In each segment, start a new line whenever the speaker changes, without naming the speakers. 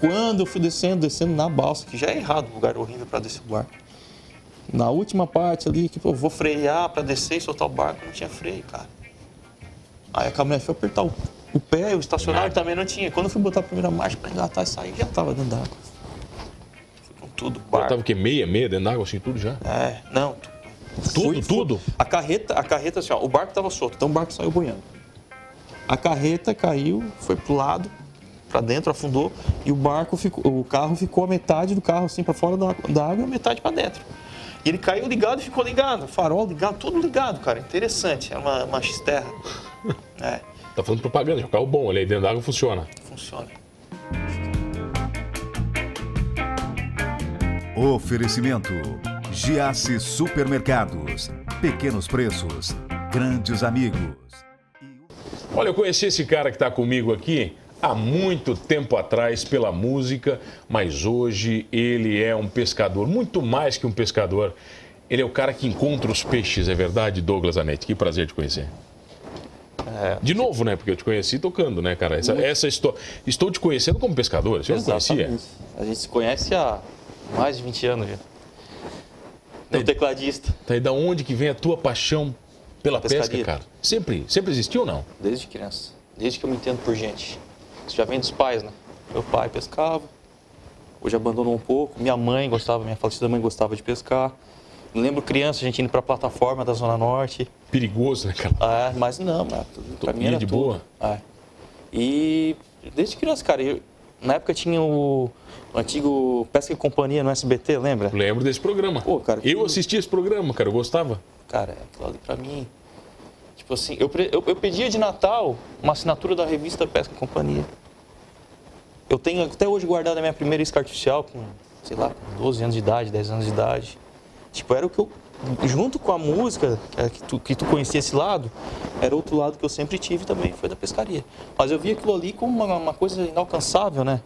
Quando eu fui descendo, descendo na balsa, que já é errado, um lugar horrível para descer o barco. Na última parte ali, que pô, eu vou frear para descer e soltar o barco, não tinha freio, cara. Aí a caminhonete foi apertar o, o pé, o estacionário também não tinha. Quando eu fui botar a primeira marcha para engatar e sair, já tava dentro d'água. Fui com tudo,
Eu
barco.
tava o quê? Meia, meia dentro d'água, assim, tudo já?
É, não. tu-
Tudo,
fui- fui-
tudo?
A carreta, a carreta assim, ó, o barco tava solto, então o barco saiu boiando. A carreta caiu, foi pro lado, pra dentro, afundou, e o barco ficou, o carro ficou a metade do carro assim pra fora da, da água e a metade pra dentro. E ele caiu ligado e ficou ligado, farol ligado, tudo ligado, cara, interessante, era uma, uma X-Terra. É,
Tá fazendo propaganda, já é um carro bom, olha aí, dentro d'água funciona.
funciona.
Oferecimento: Giasse Supermercados. Pequenos preços, grandes amigos.
Olha, eu conheci esse cara que está comigo aqui há muito tempo atrás pela música, mas hoje ele é um pescador, muito mais que um pescador. Ele é o cara que encontra os peixes, é verdade, Douglas Anete? Que prazer te conhecer.
É,
De novo, né? Porque eu te conheci tocando, né, cara? Essa, essa história. Estou te conhecendo como pescador, você não conhecia?
Exatamente. A gente se conhece há mais de 20 anos já. Meu tecladista,
Tá, e da onde que vem a tua paixão pela pesca,
Pescaria.
cara? Sempre, sempre existiu ou não?
desde criança, desde que eu me entendo por gente. Isso já vem dos pais, né? Meu pai pescava, hoje abandonou um pouco. Minha mãe gostava, minha falecida mãe gostava de pescar. Me lembro criança, a gente indo pra plataforma da Zona Norte.
Perigoso, né, cara?
É, mas não, mas tudo- pra mim era
de
tudo.
boa.
É. E desde criança, cara, eu- na época tinha o, o antigo Pesca e Companhia no SBT, lembra?
Eu Lembro desse programa.
Pô, cara, que-
eu assisti esse programa, cara, eu gostava.
Cara, aquilo ali pra mim. Tipo assim, eu, pre- eu, eu pedia de Natal uma assinatura da revista Pesca e Companhia. Eu tenho até hoje guardado a minha primeira isca artificial com, sei lá, com 12 anos de idade, 10 anos de idade. Tipo, era o que eu. Junto com a música, que era que tu, que tu conhecia esse lado, era outro lado que eu sempre tive também, foi da pescaria. Mas eu via aquilo ali como uma, uma coisa inalcançável, né?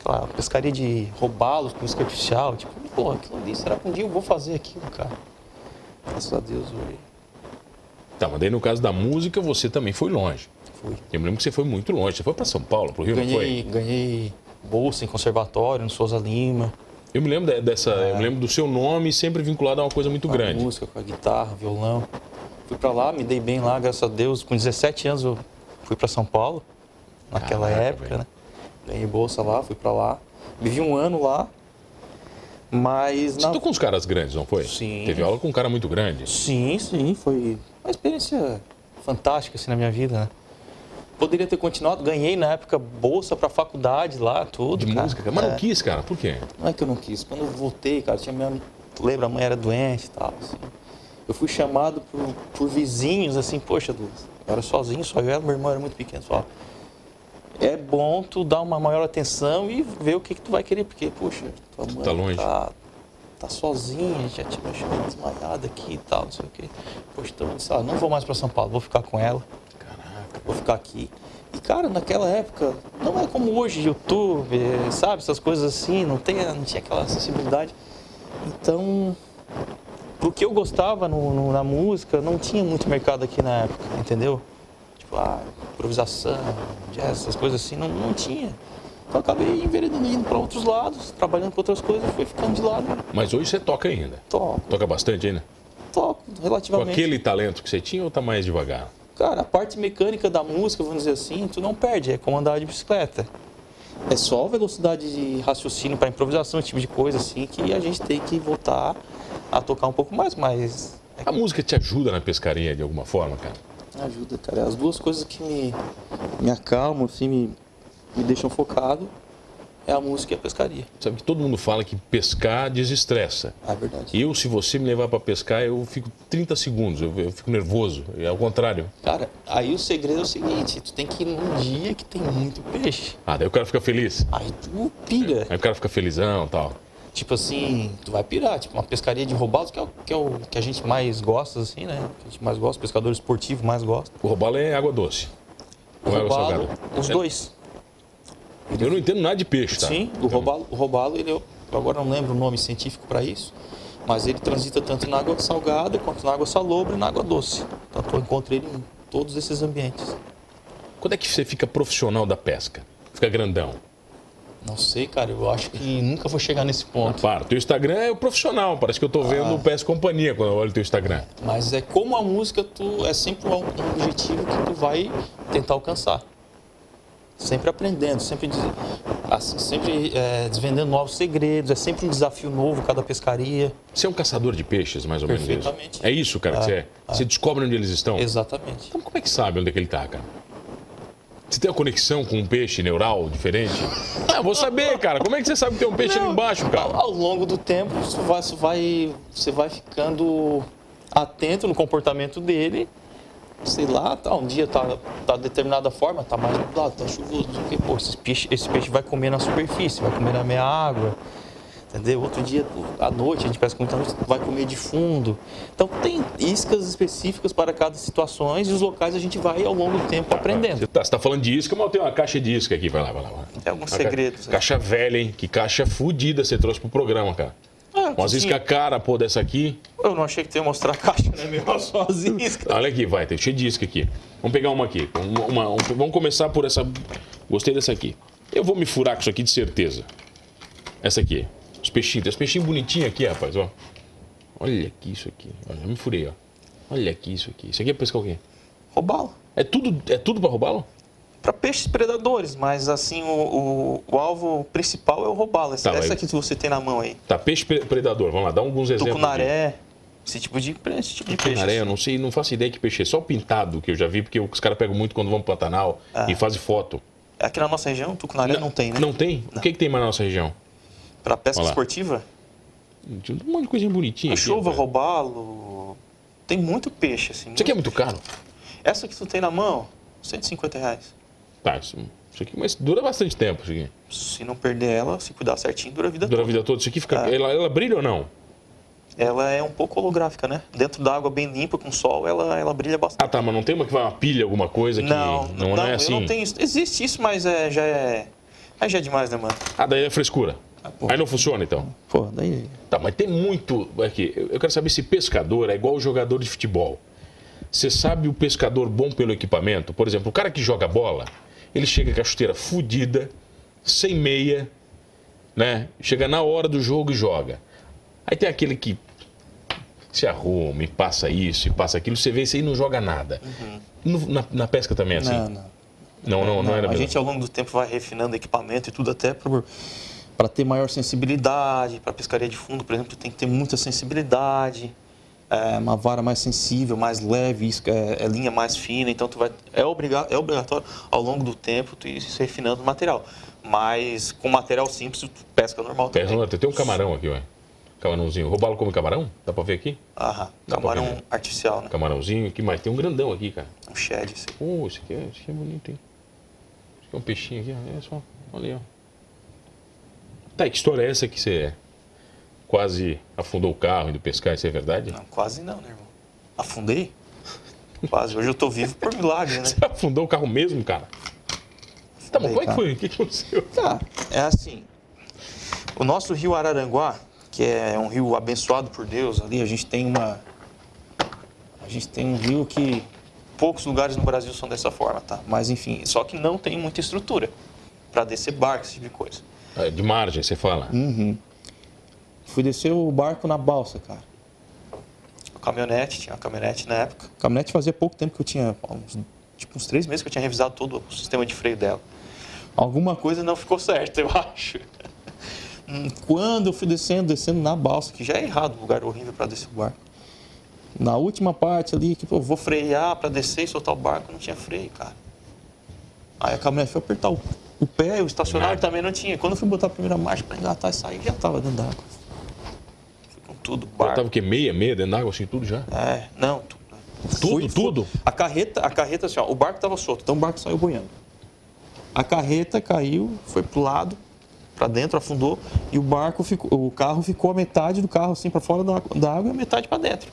Aquela pescaria de roubá-los com isca artificial. Tipo, pô, aquilo ali, será que um dia eu vou fazer aquilo, cara? Graças a Deus, hoje.
Tá, mas daí no caso da música você também foi longe.
Fui.
Eu me lembro que você foi muito longe. Você foi pra São Paulo, pro Rio, não
Ganhei,
foi?
ganhei bolsa em conservatório, no Souza Lima.
Eu me lembro de- dessa. Eu me lembro do seu nome sempre vinculado a uma coisa muito
com É. a
grande.
música, com a guitarra, violão. Fui pra lá, me dei bem lá, graças a Deus. Com 17 anos eu fui pra São Paulo, naquela
Caraca,
época,
velho.
né? Ganhei bolsa lá, fui pra lá. Vivi um ano lá, mas...
Você tocou com uns caras grandes, não foi?
Sim.
Teve aula com um cara muito grande.
Sim, sim, foi uma experiência fantástica assim na minha vida, né? Poderia ter continuado, ganhei na época bolsa pra faculdade lá, tudo.
De
cara.
música, cara. Mas
É.
não quis, cara. Por quê?
Não é que eu não quis. Quando eu voltei, cara, tinha minha. Lembra, a mãe era doente e tal. assim. Eu fui chamado por, por vizinhos, assim, poxa, Douglas, eu era sozinho, só eu e ela, meu irmão era muito pequeno, só. É bom tu dar uma maior atenção e ver o que, que tu vai querer, porque, poxa, tua mãe
Tá longe.
tá, tá sozinha, já te deixou desmaiada aqui e tal, não sei o quê. Poxa, então eu disse, ah, não vou mais pra São Paulo, vou ficar com ela vou ficar aqui. E, cara, naquela época, não era como hoje, YouTube, eh, sabe, essas coisas assim, não, tem, não tinha aquela acessibilidade. Então, pro que eu gostava no- no- na música, não tinha muito mercado aqui na época, entendeu? Tipo, ah, improvisação, jazz, essas coisas assim, não, não tinha. Então, eu acabei enveredando, indo para outros lados, trabalhando com outras coisas, fui ficando de lado.
Mas hoje você toca ainda.
Toco,
Toca bastante ainda?
toco,
Com
relativamente.
aquele talento que você tinha ou tá mais devagar?
Cara, a parte mecânica da música, vamos dizer assim, tu não perde, é como andar de bicicleta. É só velocidade de raciocínio para improvisação, esse tipo de coisa assim, que a gente tem que voltar a tocar um pouco mais, mas é
A música te ajuda na pescaria de alguma forma, cara?
que ajuda, cara. As duas coisas que me, me acalmam, assim, me, me deixam focado é a música e a pescaria.
Sabe que todo mundo fala que pescar desestressa.
É verdade.
Eu, se você me levar pra pescar, eu fico 30 segundos, eu, eu fico nervoso. É ao contrário.
Cara, aí o segredo é o seguinte, tu tem que ir num dia que tem muito peixe.
Ah, daí o cara fica feliz.
Aí tu pira.
Aí o cara fica felizão e tal.
Tipo assim, tu vai pirar, tipo, uma pescaria de roubados, que é, o, que é o que a gente mais gosta, assim, né? Que a gente mais gosta, pescador esportivo mais gosta.
O robalo é água doce. Ou é água
roubalo,
salgada?
os dois.
Eu não entendo nada de peixe, tá?
Sim, o robalo, o robalo, ele é, o- eu agora não lembro o nome científico para isso, mas ele transita tanto na água salgada, quanto na água salobra e na água doce. Então tu encontra ele em todos esses ambientes.
Quando é que você fica profissional da pesca? Fica grandão.
Não sei, cara. Eu acho que nunca vou chegar nesse
Ah,
ponto.
Para, teu Instagram é o profissional, parece que eu tô vendo o PS Companhia quando eu olho teu Instagram.
Mas é como a música, tu é sempre um um objetivo que tu vai tentar alcançar. Sempre aprendendo, sempre, des- assim, sempre é, desvendando novos segredos, é sempre um desafio novo cada pescaria.
Você é um caçador de peixes, mais ou menos isso?
Perfeitamente.
É isso, cara, que você é? Você descobre onde eles estão?
Exatamente.
Então como é que sabe onde é que ele tá, cara? Você tem uma conexão com um peixe neural diferente? Ah, eu vou saber, cara. Como é que você sabe que tem um peixe ali
Não,
embaixo, cara?
Ao longo do tempo, isso vai, isso vai- você vai ficando atento no comportamento dele. Sei lá, tá, um dia tá, tá de determinada forma, tá mais nublado, tá chuvoso, não sei o quê. Pô, esse peixe, esse peixe vai comer na superfície, vai comer na minha água. Entendeu? Outro dia, à noite, a gente pesca muito à noite, vai comer de fundo. Então tem iscas específicas para cada situações e os locais a gente vai ao longo do tempo aprendendo.
Tá, você tá falando de isca, mas eu tenho uma caixa de isca aqui. Vai lá, vai lá. Vai lá.
Tem alguns
Uma ca-
segredos. né?
Caixa velha, hein? Que caixa fudida você trouxe pro programa, cara.
Ah,
Umas
sim.
isca cara, pô, dessa aqui.
Eu não achei que tu ia mostrar a caixa, né? Meu, só as iscas.
Olha aqui, vai, tem cheio de isca aqui. Vamos pegar uma aqui. Uma- uma- um- vamos começar por essa. Gostei dessa aqui. Eu vou me furar com isso aqui de certeza. Essa aqui. Os peixinhos. Tem os peixinhos bonitinhos aqui, rapaz, ó. Olha aqui isso aqui. Olha, eu me furei, ó. Olha aqui isso aqui. Isso aqui é pra pescar o quê?
Roubá-lo.
É tudo, é tudo pra roubá-lo?
Para peixes predadores, mas assim, o, o- o alvo principal é o roubá-lo. Essa,
Tá, mas-
essa aqui que você tem na mão aí.
Tá, peixe pre- predador. Vamos lá, dá alguns exemplos. aqui.
Tucunaré, esse tipo de, pre- esse tipo de peixe.
Tucunaré, eu não sei, não faço ideia que peixe é. Só o pintado que eu já vi, porque os caras pegam muito quando vão pro Pantanal e fazem foto.
Aqui na nossa região, tucunaré É. não, tem, né?
Não tem? O que, que tem mais na nossa região?
Para pesca
Olha lá.
esportiva,
Tem Um monte de coisinha bonitinha. aqui,
chuva,
rapaz.
roubá-lo. Tem muito peixe, assim.
é. Isso aqui é
muito-
muito caro.
Essa que tu tem na mão, 150 reais.
Tá, isso, isso aqui mas dura bastante tempo. Isso aqui.
Se não perder ela, se cuidar certinho, dura a vida
Dura a vida toda. Isso aqui fica.
Ah.
Ela, ela brilha ou não?
toda. Ela é um pouco holográfica, né? Dentro da água bem limpa, com sol, ela, ela brilha bastante.
Ah, tá, mas não tem uma que vai uma pilha, alguma coisa que.
Não,
não,
não,
é
eu
assim.
não tenho isso. Existe isso, mas é, já é. Aí já é demais, né, mano?
Ah, daí é frescura.
Ah,
Aí não funciona então.
Pô, daí.
Tá, mas tem muito. Aqui, eu eu quero saber se pescador é igual jogador de futebol. Você sabe o pescador bom pelo equipamento? Por exemplo, o cara que joga bola, ele chega com a chuteira fudida, sem meia, né? Chega na hora do jogo e joga. Aí tem aquele que se arruma e passa isso e passa aquilo, você vê isso aí e não joga nada. No- na, na pesca também é assim?
Uhum. Não, não.
não, não, não era
a
mesmo.
gente ao longo do tempo vai refinando equipamento e tudo até por para ter maior sensibilidade, para pescaria de fundo, por exemplo, tem que ter muita sensibilidade, é, uma vara mais sensível, mais leve, isca- é, é linha mais fina, então tu vai é obrigado é obrigatório ao longo do tempo tu ir se refinando o material, mas com material simples tu pesca normal
Pesca
também.
no- tem um camarão aqui, ué. Camarãozinho. Roubalo como camarão? Dá pra ver aqui?
Aham,
Dá pra
camarão
ver.
artificial, né?
Camarãozinho, que mais? Tem um grandão aqui, cara.
Um shed, assim.
Pô, esse aqui, é, esse aqui é bonito, hein? Esse aqui é um peixinho aqui, ó. É só. Olha aí, ó. Tá, e que história é essa que você quase afundou o carro indo pescar? Isso é verdade?
Não, quase não, né, irmão? Afundei? quase. Hoje eu tô vivo por milagre, né?
Você afundou o carro mesmo, cara? Tá bom,
Afundei,
como é que
cara.
foi? O que aconteceu?
Tá, é assim. O nosso rio Araranguá, que é um rio abençoado por Deus, ali a gente tem uma. A gente tem um rio que poucos lugares no Brasil são dessa forma, tá? Mas enfim, só que não tem muita estrutura para descer barco, esse tipo de coisa.
Ah, De margem, você fala.
Fui descer o barco na balsa, cara. Caminhonete, tinha uma caminhonete na época. Caminhonete fazia pouco tempo que eu tinha, uns, tipo uns três meses que eu tinha revisado todo o sistema de freio dela. Alguma coisa não ficou certa, eu acho. Hum, Quando eu fui descendo, descendo na balsa, que já é errado, um lugar horrível para descer o barco. Na última parte ali, que pô, eu vou frear para descer e soltar o barco, não tinha freio, cara. Aí a caminhonete foi apertar o, o pé, o estacionário
Nada.
também não tinha. Quando eu fui botar a primeira marcha para engatar e sair, já tava dentro d'água. Fui com tudo,
Eu
barco.
tava o quê? Meia, meia dentro d'água, assim, tudo já?
É, não, tudo.
Tudo, tudo?
A carreta, a carreta assim, ó, o barco tava solto, então o barco saiu boiando. A carreta caiu, foi pro lado, pra dentro, afundou, e o barco ficou, o carro ficou a metade do carro assim pra fora da, da água e a metade pra dentro.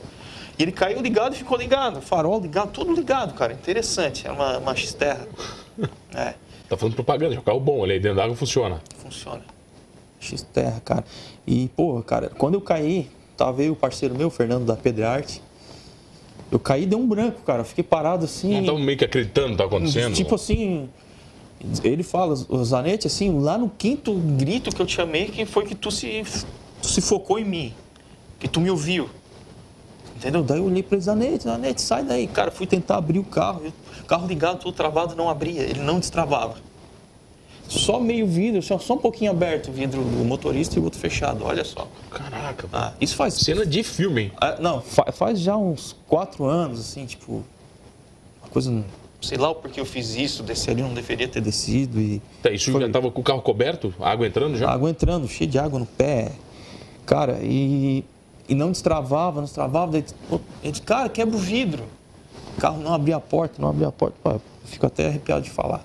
E ele caiu ligado e ficou ligado, farol ligado, tudo ligado, cara, interessante, é uma, uma X-Terra. É,
Tá falando propaganda, já é um carro bom, olha aí, dentro d'água funciona.
funciona. X-Terra, cara. E, pô, cara, quando eu caí, tava aí o parceiro meu, o Fernando da Pedrearte, eu caí e deu um branco, cara, eu fiquei parado assim...
Não tava meio que acreditando que tá acontecendo.
Tipo assim, Ele fala, "O Zanetti, assim, lá no quinto grito que eu te chamei, que foi que tu se, tu se focou em mim, que tu me ouviu. Entendeu? Daí eu olhei pra ele, Zanetti, Zanetti, sai daí. Cara, fui tentar abrir o carro, eu- o carro ligado, todo travado, não abria, ele não destravava. Só meio vidro, só, só um pouquinho aberto o vidro, o motorista e o outro fechado, olha só.
Caraca,
Ah, isso faz...
cena de filme, hein?
Ah, não, fa- faz já uns quatro anos, assim, tipo. Uma coisa. Sei lá o porquê eu fiz isso, desci ali, não deveria ter descido. E
Tá, isso já tava com o carro coberto, a água entrando já?
água entrando, cheio de água no pé. Cara, e, e não destravava, não destravava. Daí, pô, ele, cara, quebra o vidro. O carro não abria a porta, não abria a porta. Pô, eu fico até arrepiado de falar.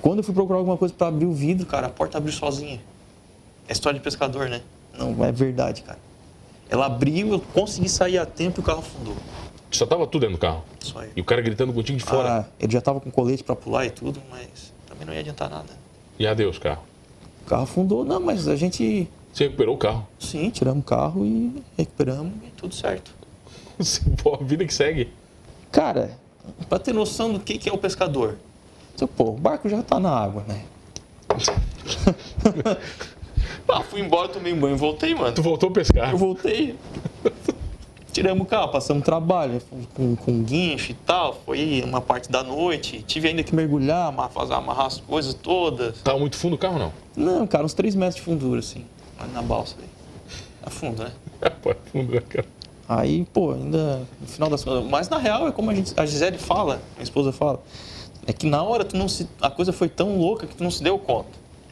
Quando eu fui procurar alguma coisa pra abrir o vidro, cara, a porta abriu sozinha. É história de pescador, né? Não, é verdade, cara. Ela abriu, eu consegui sair a tempo e o carro afundou.
Só tava tudo dentro do carro.
Só aí.
E o cara gritando contigo de fora.
Ah, ele já tava com colete pra pular e tudo, mas também não ia adiantar nada.
E adeus, carro.
O carro afundou, não, mas a gente,
Você recuperou o carro.
sim, tiramos o carro e recuperamos e tudo certo.
Pô, a vida que segue.
Cara, pra ter noção do que, que é o pescador, então, pô, o barco já tá na água, né? ah, fui embora, tomei um banho, voltei, mano.
Tu voltou a pescar.
Eu voltei. Tiramos o carro, passamos trabalho né? com, com guincho e tal. Foi uma parte da noite. Tive ainda que mergulhar, amar- fazer, amarrar as coisas todas.
Tava muito fundo o carro, não?
Não, cara, uns 3 metros de fundura, assim, lá na balsa aí. Afunda, né?
Pô, é fundo, né, cara?
Aí, pô, ainda no final das contas. Mas na real é como a, gente, a Gisele fala, minha esposa fala. É que na hora tu não se, a coisa foi tão louca que tu não se deu conta.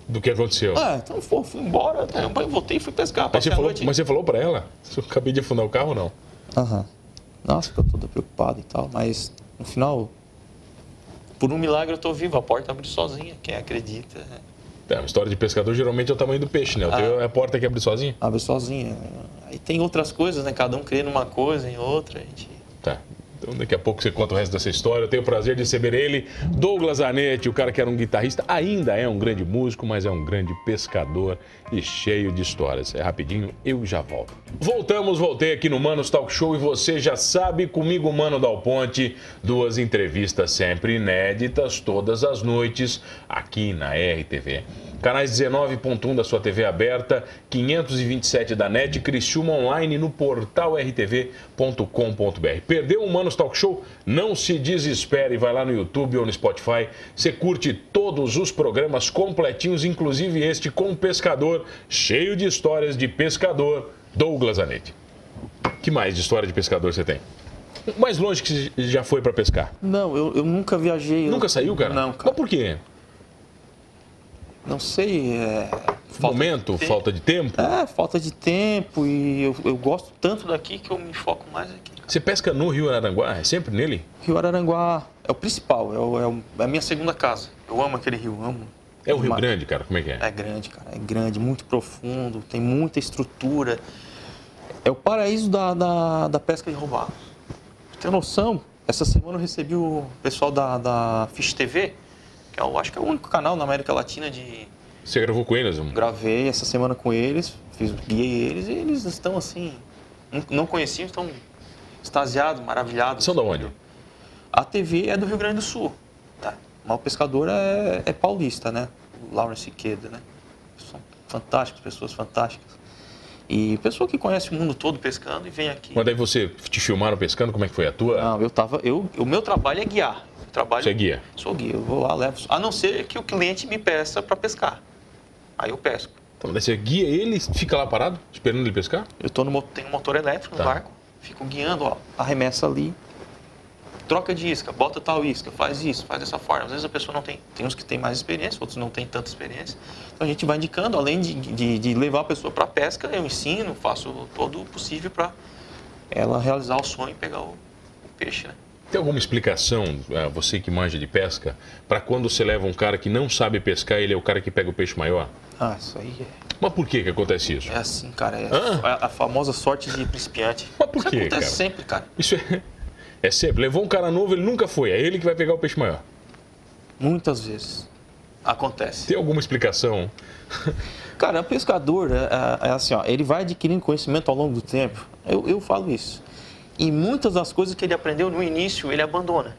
Do que aconteceu.
Ah, então pô, fui embora, tomei um banho, voltei e fui pescar.
mas, você
passei a
falou,
noite.
mas você falou pra ela? Se eu acabei de afundar o carro ou não?
Aham. Nossa, que eu tô todo preocupado e tal, mas no final, por um milagre eu tô vivo, a porta abriu sozinha, quem acredita. né?
É, a história de pescador geralmente é o tamanho do peixe, né? O
Ah.
teu é a porta que abre sozinha?
Abre sozinha. Aí tem outras coisas, né? Cada um crê numa coisa, em outra, a gente.
Tá. Então daqui a pouco você conta o resto dessa história. Eu tenho o prazer de receber ele, Douglas Zanetti, o cara que era um guitarrista, ainda é um grande músico, mas é um grande pescador e cheio de histórias. É rapidinho, eu já volto. Voltamos, voltei aqui no Manos Talk Show e você já sabe, comigo, Mano Dal Ponte, duas entrevistas sempre inéditas, todas as noites, aqui na RTV. Canais 19.1 da sua TV aberta, 527 da NET, Criciúma Online no portal rtv.com.br. Perdeu o Manos Talk Show? Não se desespere, vai lá no YouTube ou no Spotify, você curte todos os programas completinhos, inclusive este com o pescador, cheio de histórias de pescador, Douglas Anete. Que mais de história de pescador você tem? O Mais longe que você já foi para pescar?
Não, eu, eu nunca viajei. eu-
Nunca saiu, cara?
Não,
Mas
cara.
por quê?
Não sei. É...
Momento,
de tempo.
falta de tempo?
É, falta de tempo e eu, eu gosto tanto daqui que eu me foco mais aqui.
Você pesca no Rio Araranguá? É sempre nele?
Rio Araranguá é o principal, é, o- é o- é a minha segunda casa. Eu amo aquele rio, amo.
É o Rio
Mas-
Grande, cara? Como é que é?
É grande, cara. É grande, muito profundo, tem muita estrutura. É o paraíso da, da, da pesca de roubado. Pra ter noção, essa semana eu recebi o pessoal da, da Fish TV, que eu acho que é o único canal na América Latina de.
Você gravou com eles? Um...
Gravei essa semana com eles, fiz, guiei eles e eles estão assim. Não, não conheciam, estão extasiados, maravilhados.
São da onde?
A TV é do Rio Grande do Sul. Tá? Mas o pescador é, é paulista, né? O Lawrence Siqueira, né? São fantásticas, pessoas fantásticas. E pessoa que conhece o mundo todo pescando e vem aqui.
Mas daí você te filmaram pescando? Como é que foi a tua?
Não, eu tava. Eu, o meu trabalho é guiar. Eu trabalho,
Você é guia?
Sou guia, eu vou lá, levo. A não ser que o cliente me peça para pescar. Aí eu pesco.
Então, daí você guia ele, fica lá parado, esperando ele pescar?
Eu tô no, mo- tenho um motor elétrico no
Tá.
barco, fico guiando, ó, arremessa ali, troca de isca, bota tal isca, faz isso, faz dessa forma. Às vezes a pessoa não tem, tem uns que tem mais experiência, outros não tem tanta experiência. Então a gente vai indicando, além de, de, de levar a pessoa para pesca, eu ensino, faço todo o possível para ela realizar o sonho e pegar o, o peixe, né?
Tem alguma explicação, ah, você que manja de pesca, pra quando você leva um cara que não sabe pescar, ele é o cara que pega o peixe maior?
Ah, isso aí é...
Mas por que que acontece isso?
É assim, cara. É
Hã?
a, a famosa sorte de principiante.
Mas por
Isso
quê,
acontece
cara?
sempre, cara.
Isso é... é sempre. Levou um cara novo, ele nunca foi. É ele que vai pegar o peixe maior.
Muitas vezes. Acontece.
Tem alguma explicação?
Cara, o pescador, é, é- é assim, ó, ele vai adquirindo conhecimento ao longo do tempo. Eu, eu falo isso. E muitas das coisas que ele aprendeu no início, ele abandona.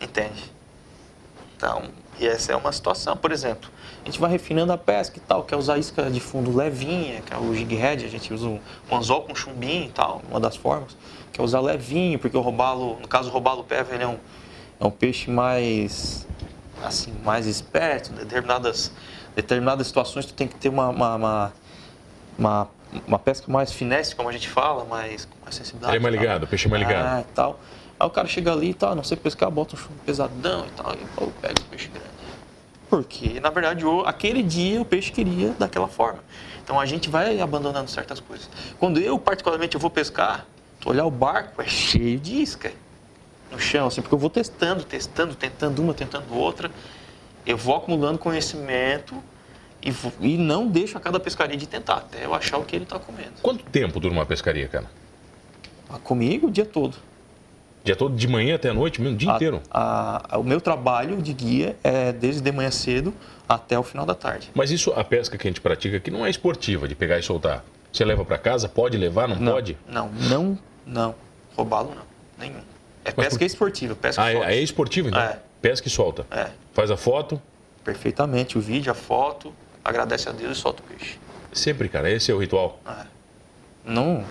Entende? Então, E essa é uma situação. Por exemplo, a gente vai refinando a pesca e tal, quer usar isca de fundo levinha, que é o jig head, a gente usa um, um anzol com chumbinho e tal, uma das formas. Quer usar levinho, porque o robalo, no caso o robalo peve, ele é um, é um peixe mais, assim, mais esperto. Em determinadas, determinadas situações tu tem que ter uma, uma, uma, uma, uma pesca mais finesse, como a gente fala, mais, com mais sensibilidade.
Ele é mais
e tal.
ligado, o peixe é mais ligado.
Ah, e tal. Aí o cara chega ali e tal, não sei pescar, bota um chumbo pesadão e tal, e pô, pega o peixe grande. Porque, na verdade, o- aquele dia o peixe queria daquela forma. Então a gente vai abandonando certas coisas. Quando eu, particularmente, eu vou pescar, tu olhar o barco é cheio de isca no chão, assim, porque eu vou testando, testando, tentando uma, tentando outra. Eu vou acumulando conhecimento e, vou- e não deixo a cada pescaria de tentar, até eu achar o que ele está comendo.
Quanto tempo dura uma pescaria, cara?
Ah, Comigo o dia todo.
Dia todo, de manhã até a noite, mesmo, o dia
A-
inteiro.
a- o meu trabalho de guia é desde de manhã cedo até o final da tarde.
Mas isso, a pesca que a gente pratica aqui não é esportiva, de pegar e soltar. Você leva pra casa, pode levar, não,
Não,
pode?
Não, não, não. Roubá-lo não. Nenhum. É pesca esportiva, pesca
Ah, é,
forte.
é esportiva, então?
É.
Pesca e solta.
É,
Faz a foto,
perfeitamente. O vídeo, a foto, agradece a Deus e solta o peixe.
sempre, cara, esse é o ritual.
É. Não,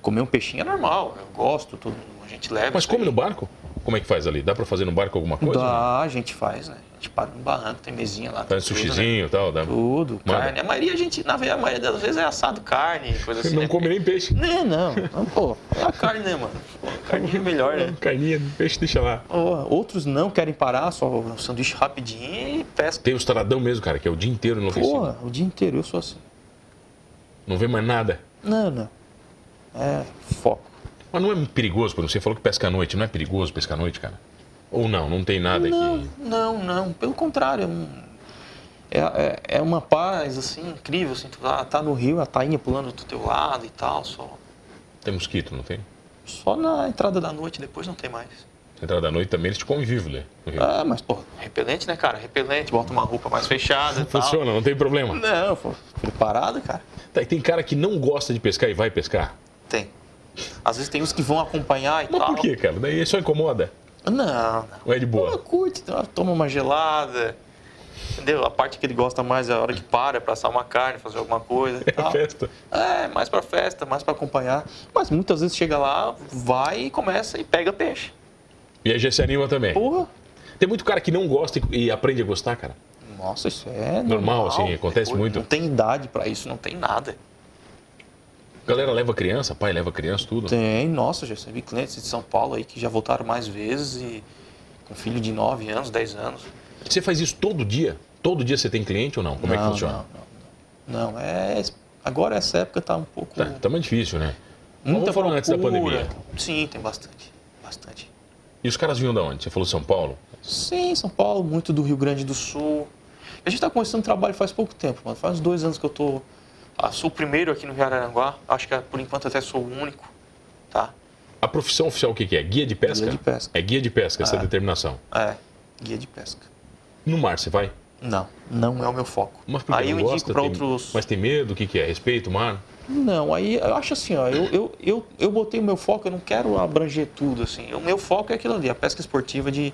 comer um peixinho é normal. Eu gosto, todo, a gente leva.
Mas
isso
come
aí.
no barco? Como é que faz ali? Dá pra fazer no barco alguma coisa?
Dá, a gente faz, né? A gente para no barranco, tem mesinha lá.
Faz
tem
um
tudo, né?
sushizinho e tal, dá.
Tudo,
Manda.
carne. A maioria, a gente, na verdade, a maioria das vezes é assado carne, coisa assim.
Não
né?
come nem peixe.
Não, não. não pô, é a carne, né, mano? Pô, a carne é melhor, né?
Carninha, peixe deixa lá.
Ó, outros não querem parar, só um sanduíche rapidinho e pesca.
Tem os taradão mesmo, cara, que é o dia inteiro enlouquecido.
Porra, o dia inteiro eu sou assim.
Não vê mais nada.
Não, não. É foco.
Mas não é perigoso, por exemplo, você falou que pesca à noite. Não é perigoso pescar à noite, cara? Ou não, não tem nada
Não,
que...
não, não. Pelo contrário, é, um- é, é- é uma paz, assim, incrível. Assim, tu tá, tá no rio, a tainha pulando do teu lado e tal, só.
Tem mosquito, não tem?
Só na entrada da noite, depois não tem mais.
Entrada da noite também, eles te comem vivo, né? No Rio.
Ah, mas, pô, repelente, né, cara? Repelente, bota uma roupa mais fechada e tal.
Funciona, não tem problema.
Não, pô, preparado, cara.
Tá, e tem cara que não gosta de pescar e vai pescar.
Tem. Às vezes tem uns que vão acompanhar e
Mas
tal.
por quê, cara? Daí só incomoda.
Não, não.
Ou é de
Ela
boa?
curte, então ela toma uma gelada. Entendeu? A parte que ele gosta mais é a hora que para pra assar uma carne, fazer alguma coisa e
É
tal.
festa.
É, mais pra festa, mais pra acompanhar. Mas muitas vezes chega lá, vai e começa e pega peixe.
E aí já se anima também.
Porra!
Tem muito cara que não gosta e e aprende a gostar, cara.
Nossa, isso é normal.
Normal, assim, acontece
Depois,
muito.
Não tem idade pra isso, não tem nada.
Galera leva criança, pai leva criança, tudo.
Tem, nossa, já recebi clientes de São Paulo aí que já voltaram mais vezes e com filho de 9 anos, 10 anos.
Você faz isso todo dia? Todo dia você tem cliente ou não? Como é que
Não,
funciona?
Não, não, não. é. Agora essa época tá um pouco.
Tá, tá mais difícil, né? Mas
Muita
vamos falar antes da
procura.
pandemia.
Sim, tem bastante. Bastante.
E os caras vinham da onde? Você falou São Paulo?
Sim, São Paulo, muito do Rio Grande do Sul. A gente está começando o trabalho faz pouco tempo, mano. Faz uns dois anos que eu tô. ah, sou o primeiro aqui no Rio Araranguá. Acho que é, por enquanto até sou o único. Tá?
A profissão oficial o que, que é? Guia de pesca?
Guia de pesca.
É guia de pesca, essa determinação.
É, guia de pesca.
No mar você vai?
Não, não é o meu foco.
Mas por que
Aí eu
não
indico
gosta?
para
Tem-
outros.
Mas tem medo? O que, que é? Respeito, mar?
Não, aí eu acho assim, ó, eu, eu, eu, eu botei o meu foco, eu não quero abranger tudo, assim. O meu foco é aquilo ali, a pesca esportiva de,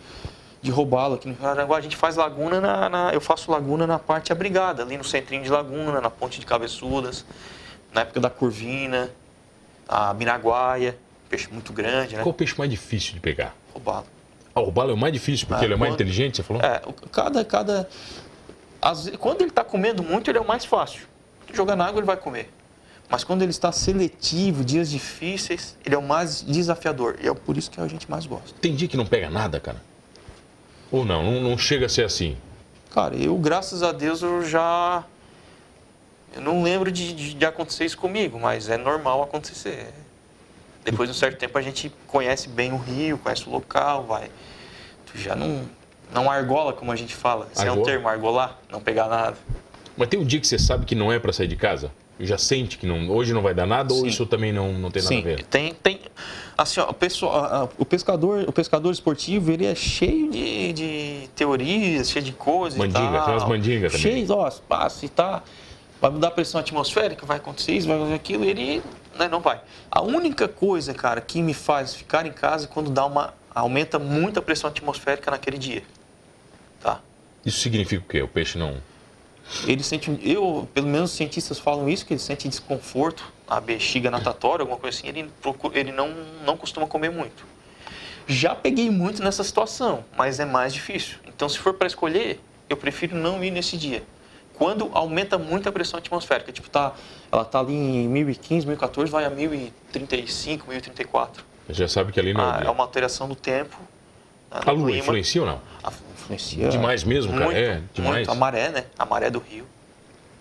de roubá-lo aqui no Rio Aranguá. A gente faz laguna na, na- Eu faço laguna na parte abrigada, ali no centrinho de laguna, na ponte de cabeçudas, na época da curvina, a Miraguaia, peixe muito grande, né?
Qual o peixe mais difícil de pegar?
Roubá-lo.
Ah, o bala é o mais difícil, porque
Ah,
ele é mais
quando-
inteligente, você falou?
É, o- cada. cada às ve- quando ele está comendo muito, ele é o mais fácil. Tu Jogar na água, ele vai comer. Mas quando ele está seletivo, dias difíceis, ele é o mais desafiador. E é por isso que a gente mais gosta.
Tem dia que não pega nada, cara? Ou não? Não, não chega a ser assim.
Cara, eu, graças a Deus, eu já. Eu não lembro de, de- de acontecer isso comigo, mas é normal acontecer. Depois de um certo tempo, a gente conhece bem o rio, conhece o local, vai. Tu já não. Não argola, como a gente fala. Esse é um
Argola?
termo, argolar, não pegar nada.
Mas tem um dia que você sabe que não é pra sair de casa? Já sente que não, hoje não vai dar nada ou
Sim.
isso também não, não tem nada a ver?
Tem, tem assim, ó, o, pessoal, a- a- o pescador, o pescador esportivo, ele é cheio de, de teorias, cheio de coisas
Mandinga,
e tal.
tem umas mandinga também.
Cheio, ó, pá, se tá, vai mudar a pressão atmosférica, vai acontecer isso, vai acontecer aquilo, ele né, não vai. A única coisa, cara, que me faz ficar em casa é quando dá uma aumenta muito a pressão atmosférica naquele dia. Tá?
Isso significa o quê? O peixe não.
Ele sente, um, eu, pelo menos os cientistas falam isso, que ele sente desconforto na bexiga natatória, alguma coisa assim, ele, procura, ele não, não costuma comer muito. Já peguei muito nessa situação, mas é mais difícil. Então, se for para escolher, eu prefiro não ir nesse dia. Quando aumenta muito a pressão atmosférica, tipo, tá, ela tá ali em 1015, 1014, vai a 1035, 1034.
Você já sabe que ali não.
Ah, é uma alteração do tempo. né, do
A lua
clima.
influencia ou não?
Ah, Influencia.
Demais mesmo, cara,
Muito,
é, demais.
Muito. A maré, né? A maré do rio.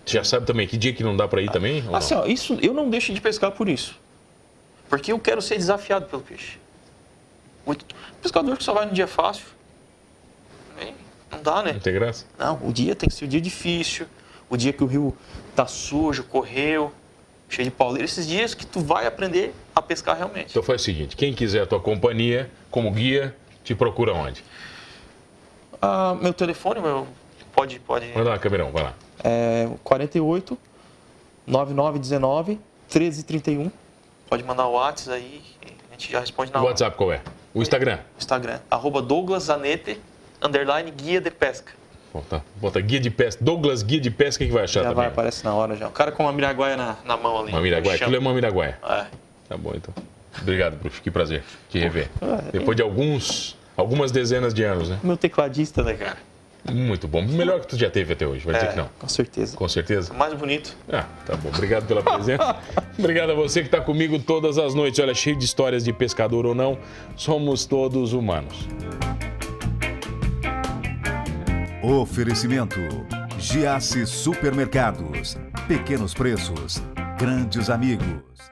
Você já sabe também que dia que não dá pra ir também? ou
Assim,
não?
ó, isso, eu não deixo de pescar por isso. Porque eu quero ser desafiado pelo peixe. Muito- O pescador que só vai no dia fácil, também não dá, né?
Não tem graça?
Não, o dia tem que ser o dia difícil, o dia que o rio tá sujo, correu, cheio de pauleira. Esses dias que tu vai aprender a pescar realmente.
Então faz o seguinte: quem quiser a tua companhia como guia, te procura onde? Então-
Ah, meu telefone, meu, pode, pode.
Vai lá, Camerão, vai lá.
É 48 9919 1331. Pode mandar o WhatsApp aí, a gente já responde na
O
hora.
WhatsApp qual é? O Instagram.
Instagram, arroba Douglas Zanete, underline guia de pesca.
Bota, bota guia de pesca. Douglas Guia de Pesca que vai achar
Já
também.
vai, aparece na hora já. O cara com uma miraguaia na, na mão ali.
Uma miraguaia.
Chama.
Aquilo é uma miraguaia.
É.
Tá bom, então. Obrigado, Bruxo. Que prazer te rever.
Ah, é.
Depois de alguns, algumas dezenas de anos, né?
Meu tecladista, né, cara?
Muito bom. Melhor que tu já teve até hoje, vai dizer
É,
que não.
Com certeza.
Com certeza.
Mais bonito.
Ah, tá bom. Obrigado pela presença. Obrigado a você que está comigo todas as noites. Olha, cheio de histórias de pescador ou não, somos todos humanos.
Oferecimento: Giasse Supermercados. Pequenos preços, grandes amigos.